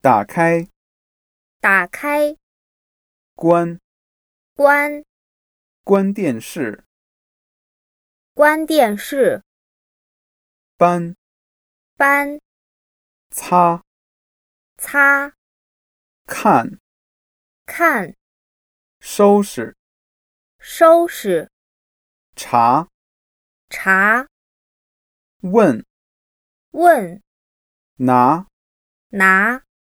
打开、打开、关、关、关电视、关电视、搬、搬、擦、擦、看、看、收拾、收拾、查、查、问、问、拿、拿。